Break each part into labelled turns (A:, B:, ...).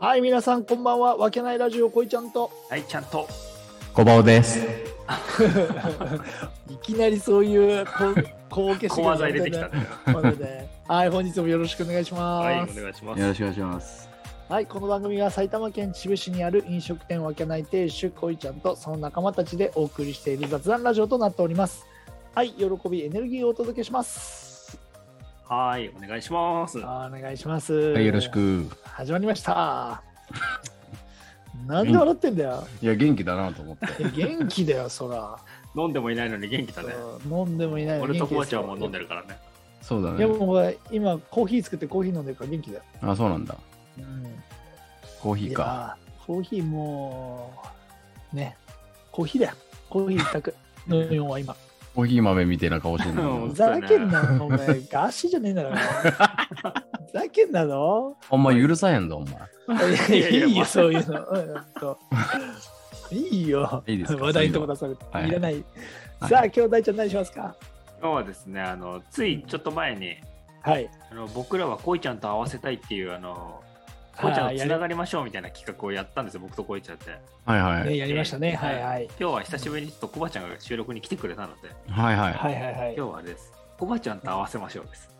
A: はい、皆さん、こんばんは。わけないラジオ、こいちゃんと。
B: はい、ちゃんと。
C: 小坊です。
A: いきなりそういう、こ う、こう消し
B: 小技入れてきたね。
A: ね。はい、本日もよろしくお願いします。
B: はい、お願いします。
C: よろしくお願いします。
A: はい、この番組は埼玉県秩父市にある飲食店わけない亭主こいちゃんとその仲間たちでお送りしている雑談ラジオとなっております。はい、喜びエネルギーをお届けします。
B: はい、お願いします。
A: あーお願いします。
C: はい、よろし。く。
A: 始まりました。なんで笑ってんだ よ。
C: いや、元気だなと思って。
A: いや元気だよ、そら。
B: 飲んでもいないのに元気だ ね。
A: うん飲んでもいないのに
B: 俺と
A: 元気
B: コ
A: で
B: バ
A: す
B: ちゃ
A: よ
B: んはもう飲んでるからね。
C: そうだ
A: いや、
C: ね。
A: もう今コーヒー作ってコーヒー飲んでるから元気だよ。
C: あ、そうなんだ。
A: うん
C: コーヒーか。
A: やーコーヒーもう、ね、コーヒーだよ。コーヒー一択。飲みようは今。
C: コーヒー豆みたいな顔して る
B: う
C: の
B: ん。
A: ふざけんな、お前。ガシじゃねえんだから。ふざけんなの
C: あんま許さへんぞ、お前。
A: い
B: い
A: や
B: や
A: い
B: いや
A: い
B: ま
A: よ、
B: あ
A: そういうの。うんといいよ。
C: いいですか
A: 話題のとこ出されて。
C: はい
A: いらない。
C: はい
A: さあ、今日大ちゃん何しますか
B: 今日はですね、あの、ついちょっと前に、
A: はい。
B: あの、僕らはこいちゃんと会わせたいっていう、あの。こいちゃん
A: あー
B: と
A: や
B: つ
A: り
B: ながりましょうみたいな企画をやったんですよ、僕とこいちゃんって。
C: はいはい。
A: ねやりましたね。
B: え
A: は
B: ー
A: いはい。
B: 今日は久しぶりにちょっとコバちゃんが収録に来てくれたので、
C: はいは
A: はいはいはい。
B: 今日はあれです。コバちゃんと会わせましょうです。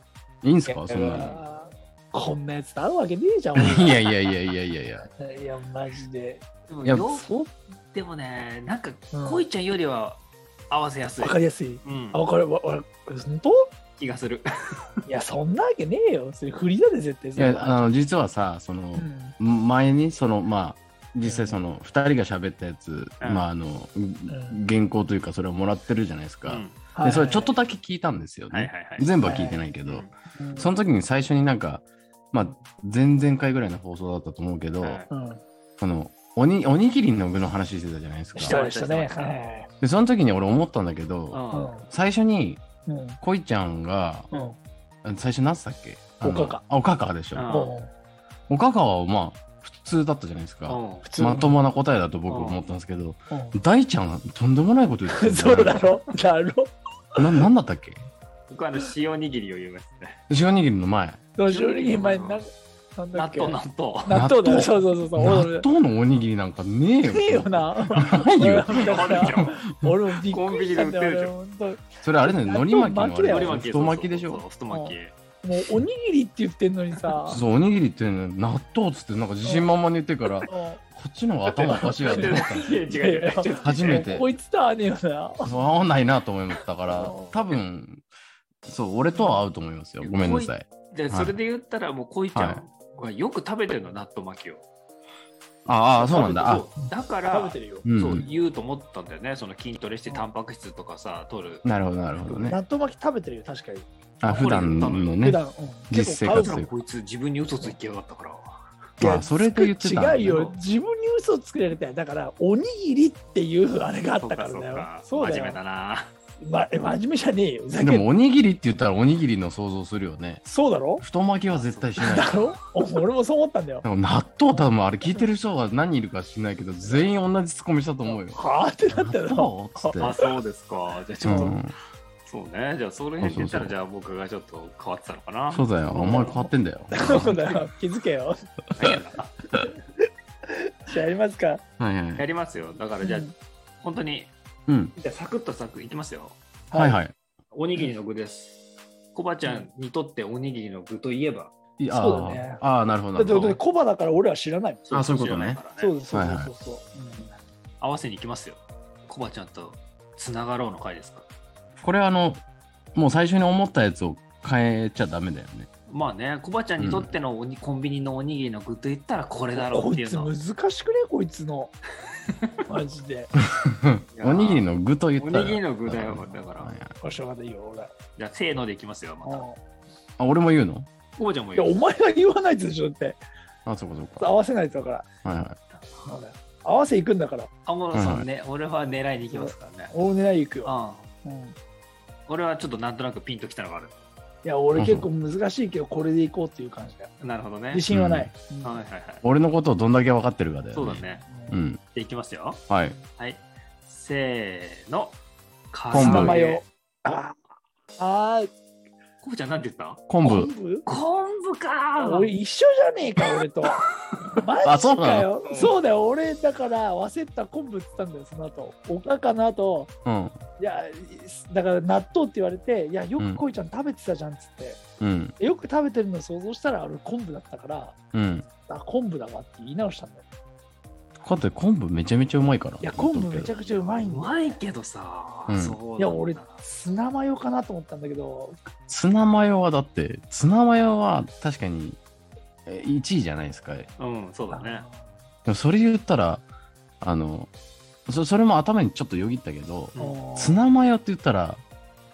C: い。いいんすかそんなの。
A: あーこんなやつと会うわけねえじゃん。
C: いやいやいやいやいやいや。
A: 俺いや、マジで。
B: でも
C: いや
B: よ
C: そう
B: でもね、なんか、
A: うん
B: こいちゃんよりは合わせやすい
A: わ。かりやすい。
B: うん
A: あ、、これ、わ、わ、本当
B: 気がする。
A: いや、そんなわけねえよ。それ振りだで、絶対。
C: い
A: それ
C: や、
A: は
C: あの、実はさ、その
A: う、ん
C: 前に、その、まあ、実際その2人が喋ったやつ、
B: うん
C: まああの原稿というかそれをもらってるじゃないです
B: うん
C: か、
A: は
C: で
A: い
C: それちょっとだけ聞いたんですよね、
B: はいはいはい。
C: 全部は聞いてないけど、
B: うん
A: うん
C: その時に最初になんか、まあ、前々回ぐらいの放送だったと思うけど、
B: はい
A: うん
C: このおにおにぎりの具の話してたじゃないですか
A: したねしたね。
B: した
A: はいはい
C: でその時に俺思ったんだけど、
B: うん
C: 最初に
A: うん。うん。
C: こいちゃんが
A: うん。
C: 最初何つったっけあの
A: おかか
C: あおかかでしょ、
B: うん
A: も
C: おかかはまあ普通だったじゃないですか、
B: うん
A: う、普通
C: まともな答えだと僕思ったんですけど、
A: う
C: 大ちゃんはとんでもないこと言って
A: ん
C: た
A: そうだろだろ
C: ななんだったっけ
B: 僕はあの塩にぎりを言いますね。
C: 塩にぎりの前
A: 50人前にな、なんだっ
B: 納
A: け
B: 豆納豆。
A: 納豆だ
C: 納豆
A: そうそうそうそう。
C: 納豆のおにぎりなんかねえ
A: 俺
C: よ
A: ねえよな。
C: ないよ
A: 俺も
B: あるじゃん。
A: 俺もびっくりしたんだ
B: コンビニで売ってるじゃ
A: よ。俺
B: ん
A: 本当
C: それあれだよね、
A: 納豆
C: のり巻きのあ
A: 巻き
C: れ
A: だ
C: だ
A: よ
B: 海苔
C: よね
B: 巻き
C: 太巻きでし
B: そうそ
C: ょ
B: う。太巻き。
A: もうおにぎりって言ってんのにさ。
C: そう、おにぎりってね納豆っつってなんか自信満々に言ってるから、こ
A: うん
C: っちの方が頭おかしいやと思ったの。
B: 違う違う。ちょっと
C: 初めて
A: こいつとはねえよな。
C: そう合わないなと思ったから
A: うん、
C: 多分、そう、俺とは合うと思いますよ。ごめんなさい。
B: でそれで言ったらもうこいちゃ
C: は
B: ん
C: い
B: はよく食べてるの納豆巻きを。
C: ああ、そうなんだ。あ、
B: そう。だか
A: 食べ
B: ら
A: て。るよ。
C: うん
B: そう言うと思ったんだよね、その筋トレしてタンパク質とかさ、取る。
C: なるほど、なるほどね。
A: 納豆巻き食べてるよ、確かに。
C: あ、普段の
A: 普
C: ね。
A: 段、うん結構
C: 実生
A: 買う
C: 活
A: か
C: と
A: ら
C: いう
B: こいつ自分に嘘ついてやがったから。
A: いや
C: あ、それで言ってたんだ。
A: 違うよ、自分に嘘をつけられたよ。だから、おにぎりっていうあれがあったからだよ。
B: そう
A: そうだ
B: か真
A: よ
B: 面目だな。
A: ま、真面目じゃねえよ。ふざけん
C: でも、おにぎりって言ったらおにぎりの想像するよね。
A: そうだろ
C: 太巻きは絶対しない。
A: だろお俺もそう思ったんだよ
C: で。も納豆多分あれ聞いてる人が何人いるか知らないけど、全員同じツッコミしたと思うよ。
A: はあってなった
C: 納
A: よ。
C: 豆っつって。
B: あ、そうですか。じゃあち
C: う
B: ょっと、
C: ん
B: そうね。じゃあその辺で言ったら、
C: そうそうそう
B: じゃあ僕がちょっと変わってたのかな。
C: そうだよ。お前変わってんだよ。
A: そうだよ。気づけよ。
B: はい
A: じゃあやりますか。
C: はいは
B: や
C: い。
B: りますよ。だからじゃあ、
A: うん
B: 本当に、
C: うん。
B: じゃあサクッとサクッいきますよ。
C: はいはい。
B: おにぎりの具です。コバちゃんにとっておにぎりの具といえば、
C: いや
A: そうだね
C: あーあー、なるほど。
A: だっ
C: なる
A: てだ
C: ほ
A: って
C: ど
A: コバだから俺は知らないもん。
C: あそういうことね
B: 知らないから
A: そうです、そう
C: はい
A: で
C: はい
A: す、そう
B: 合わせに行きますよ。コバちゃんとつながろうの回ですか。
C: これあの、もう最初に思ったやつを変えちゃダメだよね。
B: まあね、コバちゃんにとってのおに、コンビニのおにぎりの具といったらこれだろ
A: そうう
B: っ
A: ん。
B: ていうの。
A: こいつ難しくね、こいつの。マジで。
B: やー
C: おにぎりの具と言っ
B: お
C: たら。
B: にぎりの具だよ
C: う、ん
B: だから。
C: はいはい
A: これしょうがないよ、俺。
B: じゃあ、せーのでいきますよ、また。
A: う
C: あ、俺も言うの
B: コバちゃんも
A: んい
B: 言
A: や、
B: う
A: お前が言わないでしょだって。
C: あ、そうかそうか。
A: 合わせないとだから。
C: はいはい。
A: そうだよ合わせ行くんだから。
B: あ、もうそのね、俺は狙いに行きますからね。
A: 大狙い行くよ。
B: あ
A: うん
B: あ俺はちょっとなんとなくピンときたのがある。
A: いや、俺結構難しいけど、これで行こうっていう感じだよ。
B: なるほどね。
A: 自信はない。うん
B: はいはいはい。
C: 俺のことをどんだけ分かってるかだよね。
B: そうだ。ね。
C: う。ん。
B: でいきますよ。
C: はい。
B: はい。せーの。
C: 昆
A: ツ
C: 布
A: ナマ
B: か
A: ヨ。あーあー、
B: コバちゃんなんて言った
C: 昆
A: 昆
C: 布。
A: 布
B: 昆布か
A: 俺一緒じゃねえか俺とマ
C: あそ
A: ジ
C: うな
A: か
C: の
A: よそうだよ俺だから忘れた昆布っつったんだよその後おかかの後
C: うん。
A: いやだから納豆って言われていやよくこいちゃん食べてたじゃんっつって、
C: うん。
A: よく食べてるの想像したら俺昆布だったから
C: うん。
A: あ昆布だわって言い直したんだよ
C: かって昆布めちゃめちゃうまいから。
A: いや昆布めちゃくちゃうまいん
B: う
A: だよ
B: まいけどさ、
C: うん
B: そうなんだ
A: いや俺ツナマヨかなと思ったんだけど
C: ツナマヨはだって、ツナマヨは確かにえ1位じゃないですか。で
B: うんそうだね
C: もそれ言ったら、あの、そそれも頭にちょっとよぎったけど、
A: うん
C: ツナマヨって言ったら、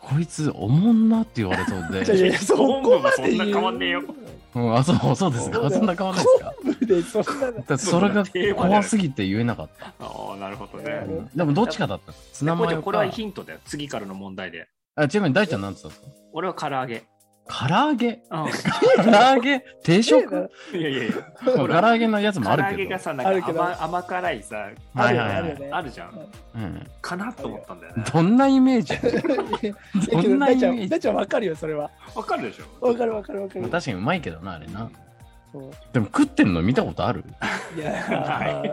C: こいつおもんなって言われそう
A: いやい
C: で、
A: やそこまで言う
B: 昆布もそんな変わんねえよ
C: うん、あ、そう、そうで
A: そ
C: す
A: うだ
C: か。
A: よ
C: そんな変わんないですか。
A: 昆布 で そんなの
C: だからそれが怖すぎて言えなかっ
B: ああなるほど
C: た。
A: う
B: ね
A: ん
C: うんでもどっちかだった。ツナ
B: こ
C: マ
B: れ
C: ヨ
B: これは
C: か。
B: ヒントだよ次からの問題で
C: あ、ちなみに大ちゃんなんつったんです
B: 俺は唐揚げ、
C: か唐揚げ
B: う
C: 唐揚げ定食
B: ん、いやいやいや
C: 唐
B: ほら
C: 揚げのやつも
B: 唐
C: あ
B: 揚げ
C: るけど
B: が。さ
A: あ
B: なん
A: る
B: か
A: けど
B: 甘甘辛いさ
A: あ
C: は
A: る
C: い
A: よ
C: は
A: ね
C: い
A: あ
C: は
A: るよ
C: い。
A: ね
B: あるじゃん
C: うん
B: かなと思ったんだよね
C: どんなイメージや
A: だけ
C: ど
A: ど
C: ん な
A: 大
C: イ
A: ちゃ
C: メ
A: ん
C: ージ
A: 大ちゃんわかるよそれは
B: わかるでしょ
A: わかるわかるわかる
C: 確かにうまいけどな、あれな。
A: そう
C: でも食ってんの見たことある
A: いや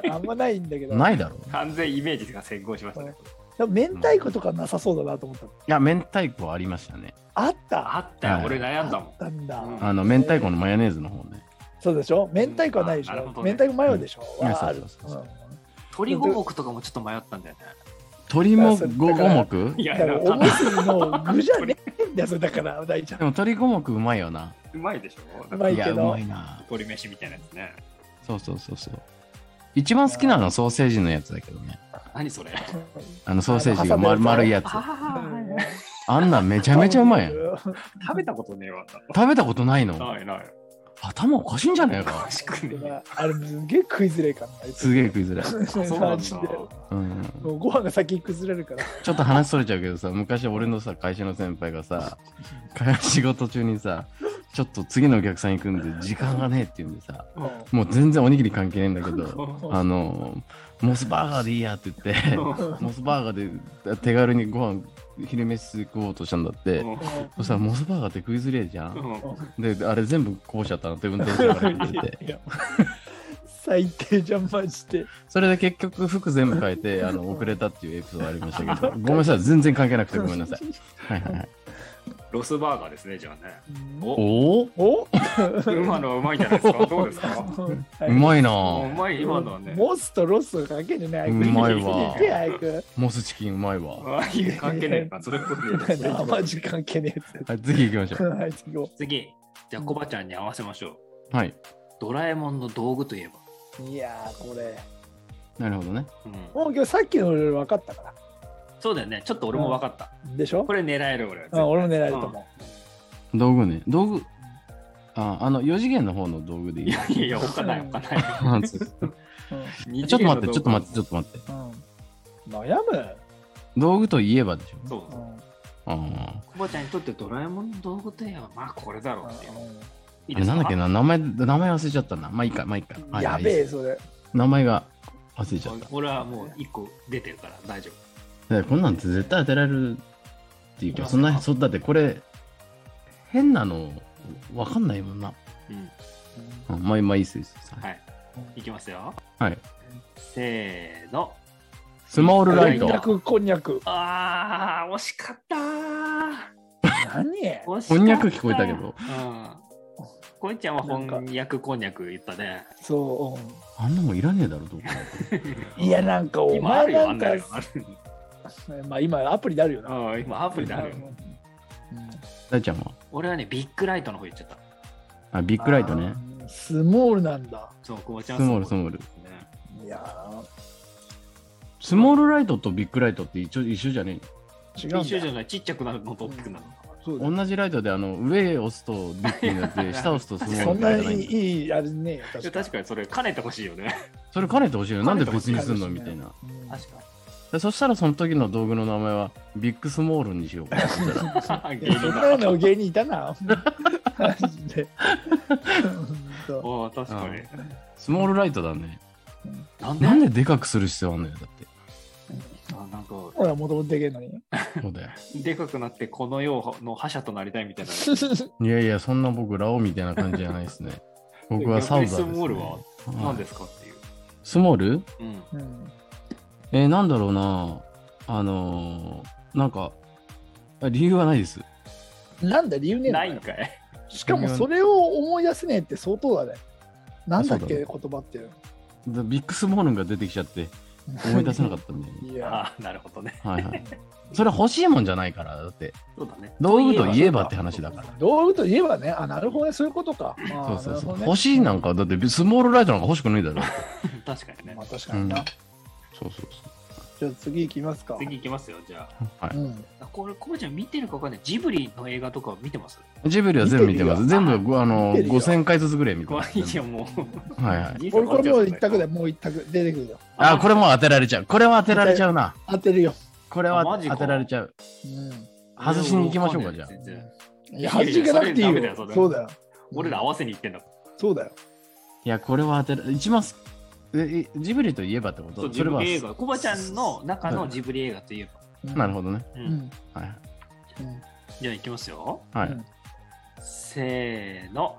B: な
A: あんまないんだけど
C: ないだろ。
B: 完全イメージが先行しましたね
A: でも明太子とかなさそうだなと思った
C: いや、明太子ありましたね。
A: あった
B: あ
A: あ
B: ったよ俺悩んだもん
A: ったんだ
B: うん
C: あの、明太子のマヨネーズの方ね。
A: そうでしょ明太子はないでし
B: あなる
A: ょ
B: ほど
A: 明
B: ね
A: 太子マヨでしょ
C: うん
A: わある
C: そうそうそうそう
B: 鶏五目とかもちょっと迷ったんだよね
C: 鶏もご
A: だから
C: 五目
B: い
A: だ
B: や
A: からおむ
B: う
A: すびの具じゃねえんだよそれだから大ちゃん
C: でも鶏五目うまいよな。
B: まいでしょ
A: うまい
C: い
A: け
C: や、う
A: ど
C: まいな。
B: 鶏飯みたいなやつね
C: そうそうそうそう。一番好きなのはソーセージのやつだけどね。
B: 何それ
C: あのソーセージが丸丸いやつ。
B: ああ
C: あんなんめちゃめちゃうまいやん。
B: 食べたことねえわ
C: 食べたことないの
B: ないない
C: 頭おかしいんじゃない
B: お
C: か
B: かしく
A: うん
B: ね
A: あれすげえ食いづれえからなあいつ
C: すげえ食いづらい。
B: えそうなん
A: マジで
B: だ
C: うん。
A: もうご飯が先に崩れるから
C: ちょっと話それちゃうけどさ、昔俺のさ、会社の先輩がさ、会仕事中にさ、ちょっと次のお客さん行くんで時間がねえって言うんでさ、
B: うん
C: もう全然おにぎり関係ねえんだけど、
A: うん
C: あの、モスバーガーでいいやって言って、モスバーガーで手軽にご飯昼飯食おうとしたんだって、
B: うん
C: そしたらモスバーガーって食いづれえじゃん。
B: うん
C: で、あれ全部こぼしちゃったのって運転手が言って て。
A: いや最低じゃんマジで
C: それで結局服全部変えて、あの、遅れたっていうエピソードありましたけど、ごめんなさい、全然関係なくてごめんなさい。はいはいはい。
B: ロスバーガーですねじゃあねお
C: お
A: お
C: お
B: 今のはうまいんじゃないですかどうですか
C: うまいな
B: う
C: ぁ。
B: まい今のはね
A: モスとロスをかけるねあいつ
C: うまいわ
A: 行けあいく
C: モスチキンうまいわ。
B: ああいう関係ねえかそれこそね
A: 生時間けねえや
C: はい、次行きましょう。
A: つはい次行こ
B: 次じゃあコバちゃんに合わせましょう
C: はい。
B: ドラえもんの道具といえば
A: ういやーこれ
C: なるほどね。
B: うん
A: もう今日さっきの俺分かったから
B: そうだよねちょっと俺も分かった
A: でしょ
B: これ狙える俺は
A: うん俺も狙えると思
C: 道具ね。道具。あ、あの、4次元の方の道具でいい
B: い。やいやいや置かない置かない
C: あそうそう
A: う
C: ちょっと待って、ちょっと待って、ちょ
B: っ
C: っと待って。
A: うんうん悩む
C: 道具といえばでしょ。
B: とそう
A: う
B: そうん
C: あ
B: コバちゃんにとってドラえもんの道具といえばまあこれだろうっていういい
C: あ。あ
B: で
C: れ
B: す
C: な
B: か
C: んだっけな、名前、名前忘れちゃったな。まあいいか、まあいいか。
A: うん
C: はい
A: や
C: はい
A: べえそれ
C: 名前が忘れちゃっ
B: 俺はもう一個出てるから大丈夫
C: た。でこんなんって絶対当てられるっていう
B: いき
C: か、
B: ます
C: そんな、そうだってこれ、変なの、わかんないもんな。
B: うん
C: あまあ、まあいいっすいいっす。
B: はいいきますよ
C: はい。
B: せーの
C: スモールライ
A: こんにゃ
C: ト。
A: くこんにゃく
B: あー惜しかったー
A: 何
B: 惜しかった
C: こんにゃく聞こえたけど。
B: うんこんちゃんは翻訳こんにゃく言ったね
A: そううん
C: あんなもんいらねえだろ、どこ
A: いやなんかお
B: 今あ
A: 前
B: るよ
A: な
B: あ
A: ん
B: ん
A: か
B: なよある
A: まあ今アプリであるよな
B: うん今アプリであるよ
A: うん
C: 大ちゃんは
B: 俺はねビッグライトの方言っちゃった
C: あ、ビッグライトね。
A: うんスモールなんだ
B: そうこんち
C: ス
B: ゃん
C: モール、スモール。
B: ね
A: いや
C: スモールライトとビッグライトって一緒一緒じゃね
A: ー違うんだ
B: 一緒じゃないちっちゃくなるのと大きくなるの
A: そう
C: え
A: だ
C: の同じライトで、あの、上押すとビッグに なって、下押すとス
A: そ
C: モール
A: ん
C: に
A: な
C: な
A: に
C: い。
A: いいあれねえよ
B: いや確かにそれ兼ねてほしいよね
C: それ兼ねてほしいよ。なんで別
B: に
C: にすんのみたいな。
A: うん
B: 確か
C: でそしたら、その時の道具の名前は、ビッグスモールにしようか な。
B: に芸
A: いやそ
B: 人
A: んなよう
B: だ
A: な芸人いたな。マジで。そ
B: おー確かに
C: スモールライトだね。
B: なん
C: なんででかくする必要あんのよ、だって。
B: あなんか
A: 俺はもともとできるのに。
C: そうだよ。
B: でかくなってこの世の覇者となりたいみたいな。
C: いやいや、そんな僕、ラオウみたいな感じじゃないです ね。僕はサウザーで
B: 逆に
C: す、ね。
B: スモールは何ですすかっていう。
C: スモール
B: うん。
A: うん、
C: えー、なんだろうな。あのー、なんか、あ理由はないです。
A: なんだ理由ねえの
B: な
A: か
B: い
A: よ
B: んかい。
A: しかもそれを思い出せねえって相当だね。なんだっ
C: あそう
A: け、
C: だ
A: 言
C: ね
A: 葉って。
C: だビッグスモールが出てきちゃって、思い出せなかった んで。
A: いや、
B: ああ、なるほどね。
C: はいはい。それ欲しいもんじゃないから、だって。
B: そうだね。
C: 道具といえばって話だから。
A: 道具といえばね、あ、なるほどね、そういうことか。
C: そ
A: あ
C: うそうそう。
A: なるほどね
C: 欲しいなんか、だってスモールライトなんか欲しくないだろ。
B: 確かにね
A: まあ、。確かにな。
C: うんそうそう
A: じゃあ次行きますか。
B: 次行きますよ、じゃあ。
C: そう。は
A: うん。
B: あこれ、コバちゃん見てるかわかんない。ジブリの映画とか見てます
C: い。ジブリは全部見てます。
A: 見
B: てるよ
C: 全部ご、あの
A: 見て
C: ー、
A: るよ
C: 5000回ずつぐらい見てま
B: 怖
C: す。
B: いよ、もう。
C: はいはい。
B: じいさん
A: 俺これもう一択だ
B: で
A: よ、もう一択出てくるよ。
C: あ、これもう当てられちゃう。これは当てられちゃうな。
A: 当てるよ。
C: これ
B: あ
C: は
B: マジか
C: 当てられちゃう。
A: うん。
C: 外しに行きましょうか、じゃあ。
A: いや、弾けなくていい
B: いや
A: よ。
B: いやそれダメだよ
A: そうだよ。
B: 俺ら合わせに行ってんだ。
A: そうだよ。
C: いや、これは当てら一番すええジブリといえばってこ
B: そう、
C: と
B: ジ
C: れ
B: ブ
C: は
B: リ映画。コバちゃんの中のジブリ映画といえば。
C: なる
A: ほ
C: ほどね。
B: う
A: ど
B: ん。
C: はい。
B: じゃあ行きますよ。
C: は
A: うん
C: い。
B: せーの。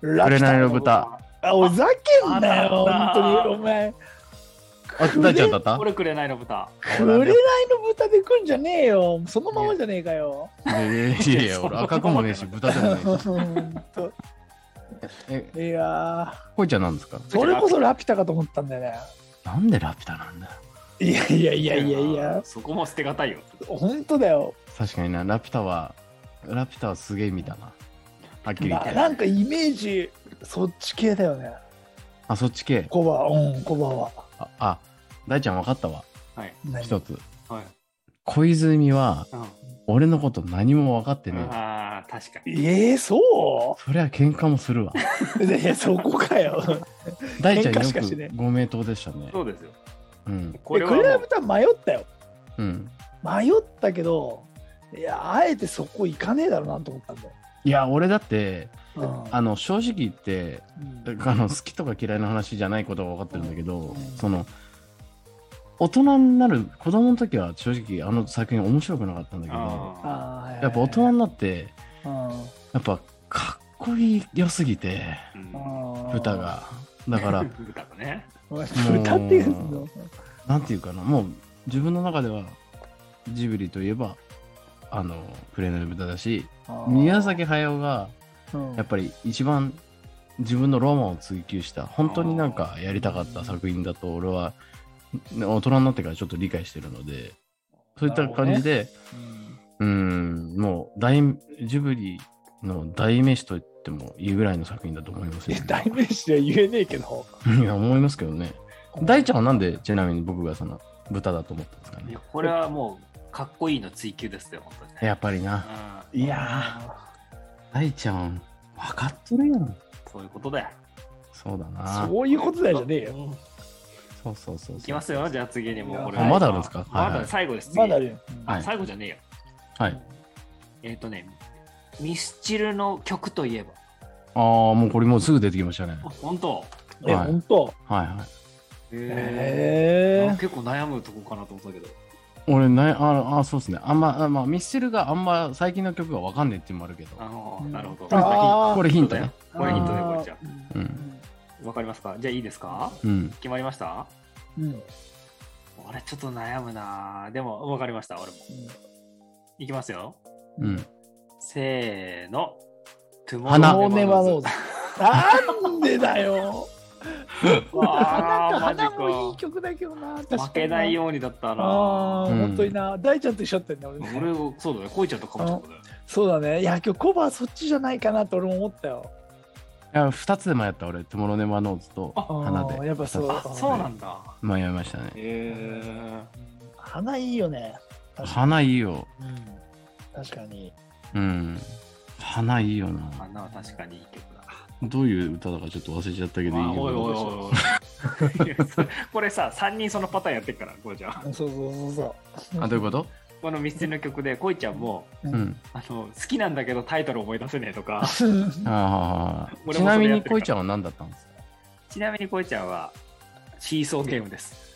A: ラ
C: れ
A: ピュ
C: ない
A: タ
C: の豚。
A: あ、おざけんなよ、
B: あ
A: 本
B: 当だ
A: 当に。お前、
C: あ、
A: くれ
C: 大ちゃんだった
B: これくれないの豚。
A: くれないの豚でくんじゃねえよ。そのままじゃねえかよ。
C: いやいやいやいや、俺赤子もねえし、豚でもねえし。
A: 本当
C: え、
A: いやー
C: こいちゃんなんですか
A: それこそラピュタかと思ったんだよね。
C: なんでラピュタなんだ
A: いやいやいやいやいや、
B: そこも捨てがたいよ。
A: 本当だよ。
C: 確かにな、ラピュタは、ラピュタはすげえ見たな。はっきり言っ
A: な
C: て。
A: なんかイメージ、そっち系だよね。
C: あ、そっち系。
A: コバ、うん、コバは。
C: あ、あ大ちゃん分かったわ。
B: はい。
A: 何
C: 一つ。
B: はい。
C: 小泉は、
B: うん
C: 俺のこと何も分かってねえ。
B: ああ、確かに。
A: ええそ
C: そりゃ喧嘩もするわ。
A: うい やいや、そこかよ。
C: 大ちゃん
A: 喧
C: よ
A: 嘩しかしね
C: くご名答でしたね。
B: そうですよ。
C: うん。
B: これ
A: え
B: は
A: ク
B: も
A: レラ
B: う
A: ブタ迷ったよ。
C: うん。
A: 迷ったけど、いや、あえてそこ行かねえだろうなと思ったんだよ。
C: いや、俺だって、
A: うん
C: あの、正直言って、あの好きとか嫌いの話じゃないことが分かってるんだけど、その、大人になる、子供の時は正直あの作品面白くなかったんだけど、
B: あ
A: あー
C: やっぱ大人になって、
A: はい
C: やっぱかっこいい良すぎて、
B: ーうん
A: うんうん
C: 歌が。だか ら、
B: 豚がね。
A: 豚っていうの
C: なんていうかな、もう自分の中では、ジブリといえば、あの、クレーの豚だし、宮崎駿が、やっぱり一番自分のロマンを追求した本当になんかやりたかった作品だと俺はね大人になってからちょっと理解してるのでそういった感じで、うんもう大ジブリの代名詞と言ってもいいぐらいの作品だと思います
A: い
C: よ、
A: や
C: ね、
A: 代名詞では言えねえけど。
C: いや思いますけどね大ちゃんはなんでちなみに僕がその豚だと思ったんですか
B: い
C: ね
B: やこれはもう、かっこいいの追求ですよ、本当にね。
C: やっぱりな
B: あ
C: いやー大ちゃん分かってるやん
B: ーそういうことだよ。
C: そうだな
A: そういうことだよじゃねえよ。
B: よ。
C: そうそうそうそう
B: いきますよ、じゃあ次にもうこれ
A: あ
B: は。
C: まだあるんですか
B: ま
C: はいは
B: だ
C: い
B: 最後です。次
A: まだあるよ。
C: はい
B: 最後じゃねえよ。
C: はい
B: えっとね、ミスチルの曲といえば。
C: ああもうこれもうすぐ出てきましたね
B: あ本当
A: え、
C: はい
A: ほんと。
C: はいはい
B: へーあ
A: へ
B: 結構悩むとこかなと思ったけど。
C: 俺ないああそうですねあんまあまあミスチルがあんま最近の曲がわかんねえっていうのもあるけど
B: あの
A: う
B: ー
A: ん
B: なるほど。
A: あー
C: これヒントね
A: え。
B: これヒントだよ
A: あー
B: これじゃ
C: うん
B: わかりますかじゃあいいですか
C: うん
B: 決まりました
A: うんうん
B: 俺ちょっと悩むなぁでもわかりました、俺も。いきますよ。
C: うん
B: せーの。トゥモ
C: 花
A: ノーネバノーズ。なんでだよ。 なんか
B: わあ、マジ
A: 花もいい
B: か。
A: 曲だけどな。
B: 負けない。ようにだった
A: あ
B: な
A: あ、
C: うん
A: 本当にな。大ちゃんと一緒だったよね、俺ね。
B: 俺を、そうだね、こいちゃんとかぶっちゃったね。
A: そうだね。いや、今日コバはそっちじゃないかなと俺も思ったよ。
C: いや2つで迷った俺トゥモロネマノーズと
B: あ
C: 花
A: あー
C: で
A: やっぱそう
C: 二
B: あ、そうなんだ。
C: つ迷いましたね
B: へえ。
A: 花いいよね。確か
C: 花いいよ
A: に。うん確かに。
C: うん花いいよな
B: 花は確かにいい曲だ。
C: どういう歌だかちょっと忘れちゃったけどいい
B: あおい
C: よ
B: おいおいおいいやそれ。これさ、3人そのパターンやってっから、こうちゃん。
A: そうそうそうそう。
C: あどういうこと
B: このミスチルの曲で、こいちゃんも、
C: うん
B: あの好きなんだけどタイトル思い出せねえ とか
C: ああ
B: 俺
C: ち
B: も
C: な
B: それ
C: み
B: やっ
C: に
B: てるから
C: こいちゃんは何だったんですか
B: ちなみにこいちゃんはシーソーゲームです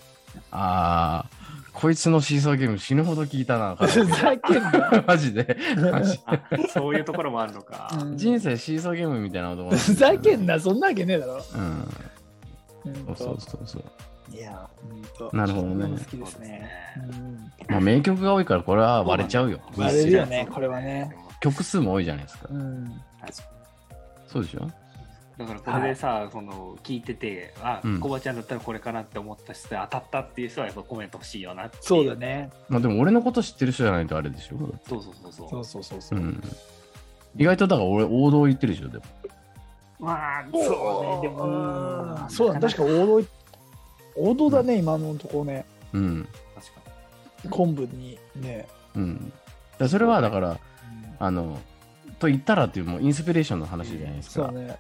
C: ああ、こいつのシーソーゲーム死ぬほど聞いたな。
A: ふざ けんな。
C: マジで。マジ
B: あそういうところもあるのか。
A: うん
C: 人生シーソーゲームみたいな男
A: ふざけん
C: な。
A: な、そんなわけねえだろ。
C: うん。
A: うんと
C: そうそうそうそう。
A: いや、うんと
C: なるほどね
A: そういうの好き
B: そう
A: で
B: ですす
A: ね。
B: ね
A: うん
C: まあ名曲が多いからこれは割れちゃうよ。
A: 割れるよね
B: そうだ
A: これはね。
C: 曲数も多いじゃないですか
A: う。ん。
B: 確かに
C: そうでしょ
B: だからこれでさ、その聞いてて、あ
C: うん、
B: コバちゃんだったらこれかなって思った人で当たったっていう人はやっぱコメント欲しいよなってい
A: そうだ。ね。
C: まあでも俺のこと知ってる人じゃないとあれでしょ。
B: そうそうそうそう。
A: そうそうそうそうう。
C: ん。意外とだから俺王道言ってるでしょ、でも。
B: まあ、そうね、でも、
A: うんそうだね、確か王道い、王道だね、今のとこね、
C: うん。
B: 確か
A: 昆布にね。
C: うん。だからそれはだから、あの、と言ったらっていうもうインスピレーションの話じゃないです
A: そう
C: か
A: だ。ね。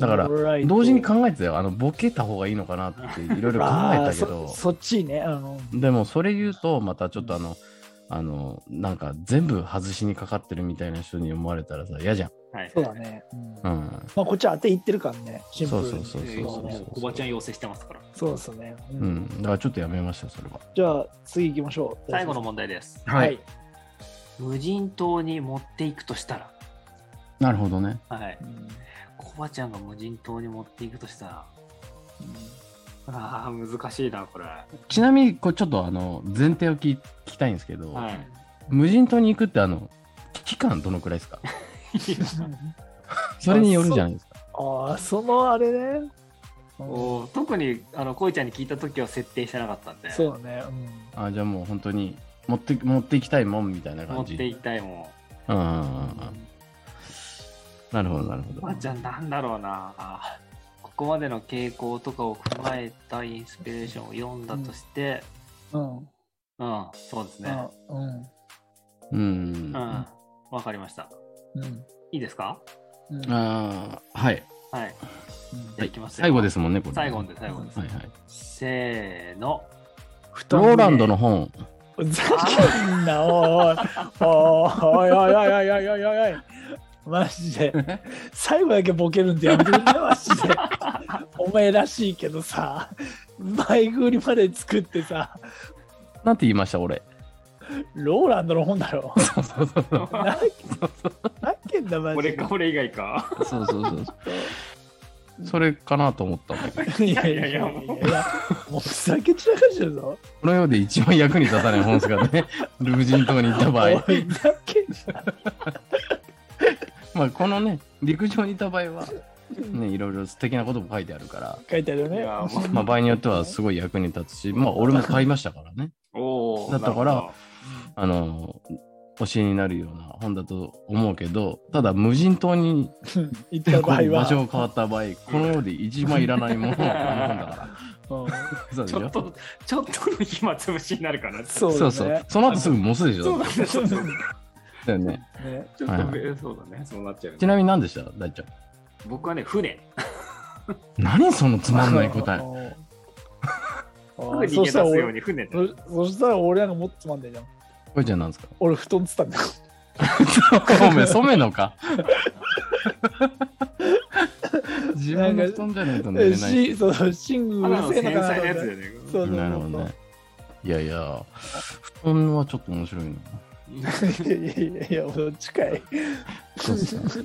C: だから
A: スノーライト
C: 同時に考えてたよあのボケた方がいいのかなっていろいろ考
A: あ
C: えた
A: ー
C: け
A: そ
C: ど
A: そっちね。あの
C: でもそれ言うとまたちょっとあのあのなんか全部外しにかかってるみたいな人に思われたらさ嫌じゃん、
B: に。はい。
A: そうだね。うん
C: うん、
A: まあ、こっちは当ていってるからね、シンプ
C: そ
A: ル
C: う
A: に。
C: そうそうそう
B: で
C: そう
B: もうコバちゃん要請してますから。
A: そうですね。う
C: う。ん、だからちょっとやめましたそれは
A: じゃあ、次行きましょう。
B: 最後の問題です。
A: はい。
B: 無人島に持っていくとしたら、
C: なるほどね
B: はい。
A: うん
B: コバちゃんが無人島に持っていくとしたら、ああ、難しいな、これ。は
C: ちなみにこうちょっとあの前提を聞き聞きたいんですけど、
B: い。
C: 無人島に行くってあの期間どのくらいです かそれによるじゃないですか
A: ああ、そのあれね。うん
B: おー特にあのこいちゃんに聞いた時は設定してなかったんで
A: そうだね。
C: あじゃあもう本当に持って持っていきたいもんみたいな
B: 持
C: 感
B: って
C: じ
B: いきたいも
C: うんうんう
A: う
C: んうん
A: ん
C: なるほど、なるほ
B: ん。ばあちゃんなんだろうなここまでの傾向とかを踏まえたインスピレーションを読んだとして、
A: うん。
B: うん、そうですね。
A: うん。
C: ど。う
B: う
C: ん。
B: ん、
C: あ
B: わ、かりました。
A: うん。
B: いいですか
A: うん。
C: あー、はい。
B: はい、
A: うん
B: じゃあいきますよ
C: 最後ですもんね、これ。
B: 最後で最後です。
C: はいはい。
B: せーの。
A: 蓋
C: ロ
A: ね
C: ーランドの本。
A: ふざけんな、おいおい。おいおいおいおいおいおいおいおい。マジで。最後だけボケるんでやめてみな、マジで。お前らしいけどさ、前振りまで作ってさ、
C: なんて言いました、俺。
A: ローランドの本だろ。
C: そうそうそうそう。
A: ななけんだ、マジ
B: 俺
A: で。
B: か俺以外か。
C: そうそうそう それかなと思ったの。
A: い
B: やいやいやもう
A: もうふざけ散らかしてるぞ。
C: この世で一番役に立たない本ですからね。無人島に行った場合。
A: おいふざけん
C: まあ、このね、陸上にいた場合は、ね、いろいろ素敵なことも書いてあるから。
A: 書いてあるよ
B: い
A: ね。
B: やもう
C: まあ、場合によってはすごい役に立つし、まあ、俺も買いましたからね。
B: おー
C: だったか
B: な
C: ら
B: るほ
C: あの、教えになるような本だと思うけど、ただ無人島に
A: うん行っ
C: で
A: た場
C: こ
A: 合
C: う場所
A: は
C: が変わった場合、この世で一番いらないものはこの本だから。
A: うん。
C: そ
B: ど
C: うで
B: ち
C: しょ
B: ょっと、ちょっとの暇つぶしになるかな。
A: そう
C: そ
A: だ
C: うそう
A: ね。。
C: その後すぐモスでしょ。
B: そうだね。そうだね
C: だよね。
A: ね
B: ちょっとめ、そうだね。そうなっちゃうね
C: ちなみに何でした大ちゃん。
B: 僕はね、船。
C: 何そのつまんない答 え。
A: え。あ
B: すぐ
A: ー
B: 逃げ
A: そし
B: 出す
A: たら
B: よう
A: 俺、
B: に船で。
A: そそしたら俺なんかもっとつまんないじゃん。
C: これちゃんなんですか
A: 俺、布団つったんだよ。
C: おめえ染めのか 自分の布団じゃないと寝れない。
A: し、そうそう、シング
B: た
A: ル
B: だの
A: うるせえの
B: 繊細
A: か
B: な
A: なと思っ
B: やつ
A: て。
B: だよね。
A: そうそう
C: なるほどね。いやいや、布団はちょっと面白いな。
A: そう。いやいやいや、もう近い。
C: そうっすね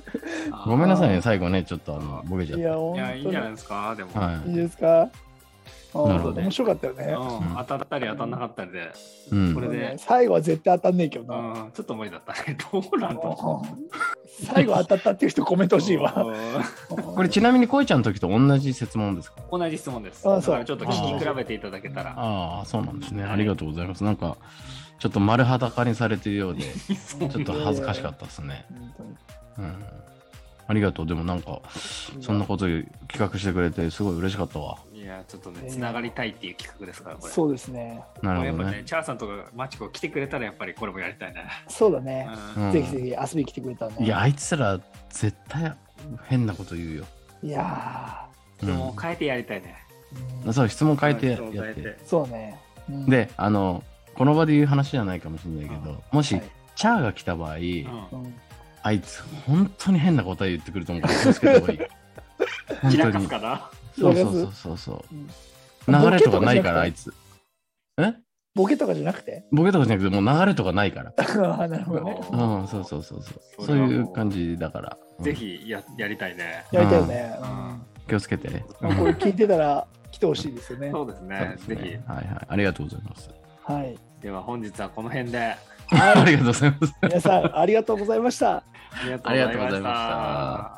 C: ごめんなさいね、最後ね、ちょっとあのボケちゃっ
A: い
C: て。
A: や、
B: い
A: 本
B: や、いい
A: 当
B: ん
A: に
B: じゃないですか、でも。
C: は
A: いういですかあ
C: なるほ
A: ー
C: ど
A: 面白かったよね。
B: うん当たったり当たんなかったりで、
C: ん
B: これで
A: ね最後は絶対当たんねえけどな。
B: うんちょっと無理だった ね。どうなんだろ
A: 最後当たったっていう人コメント
B: う
A: 欲しいわ。
B: う
C: これちなみにこいちゃんの時と同じ設問ですか
B: ん同じ質問です。
A: あ
B: だ
A: そう
B: からちょっと聞き比べていただけたら。
C: ああ、そうなんですね。ありがとうございます。なんか、ちょっと丸裸にされてるようで、ち
B: そんな
C: ょっと恥ずかしかったですね。
A: 本当に
C: うん。ありがとう。でもなんか、そんなこと企画してくれて、すごい嬉しかったわ。
B: いや、ちょっとね、つながりたいっていう企画ですから、これ。
A: そうですね。
C: な
B: これや
C: る
B: っ
C: ほ
B: ぱ
C: ど
B: ね
C: ね、。
B: チャーさんとかマチコ来てくれたら、やっぱりこれもやりたいね。
A: そうだね。
B: うん
C: うん
A: ぜひぜひ遊びに来てくれたらね。
C: いや、あいつら、絶対変なこと言うよ。
A: いや
B: 質問を変えてやりたいね。
A: ーうん
C: そう、質問変えて
B: 質問
C: や
B: 変
C: っ
B: えて
C: て。
A: そうね。うん、
C: で、あの、この場で言う話じゃないかもしれないけど、もし
A: はい、
C: チャーが来た場合、
B: うん
A: うん
C: あいつ、本当に変な答え言ってくると思うから、気をつけた方が いい。
B: 散らか
C: 本当
B: す
C: に。
B: かな
C: そうそうそうそうそうう。
A: ん
C: 流れとかないから、あいつ。え
A: ボケとかじゃなくて
C: ボケとかじゃなくて、もう流れとかないから。
A: ああなるほどね
B: あー
C: うん、そうそうそうそう。
B: そ
C: そ
B: れ
C: う
B: はもう
C: いう感じだから。うん
B: ぜ。ひややりたいね。
A: やりたいよね、
B: うん
C: 気をつけてね。
A: うんこれ聞いてたら来てほしいですよね
B: そうです
C: そう
B: ね
C: です
B: ぜ
C: ね
B: ひ、
C: はいはい。ありがとうございます。
A: はい
B: では本日はこの辺であ
C: ありがとうございます。
A: 皆さんありがとうございました
B: りがとうご
C: ありがとうご
B: ざ
C: ざ
B: い
C: い
B: ま
C: ま
B: し
C: したた。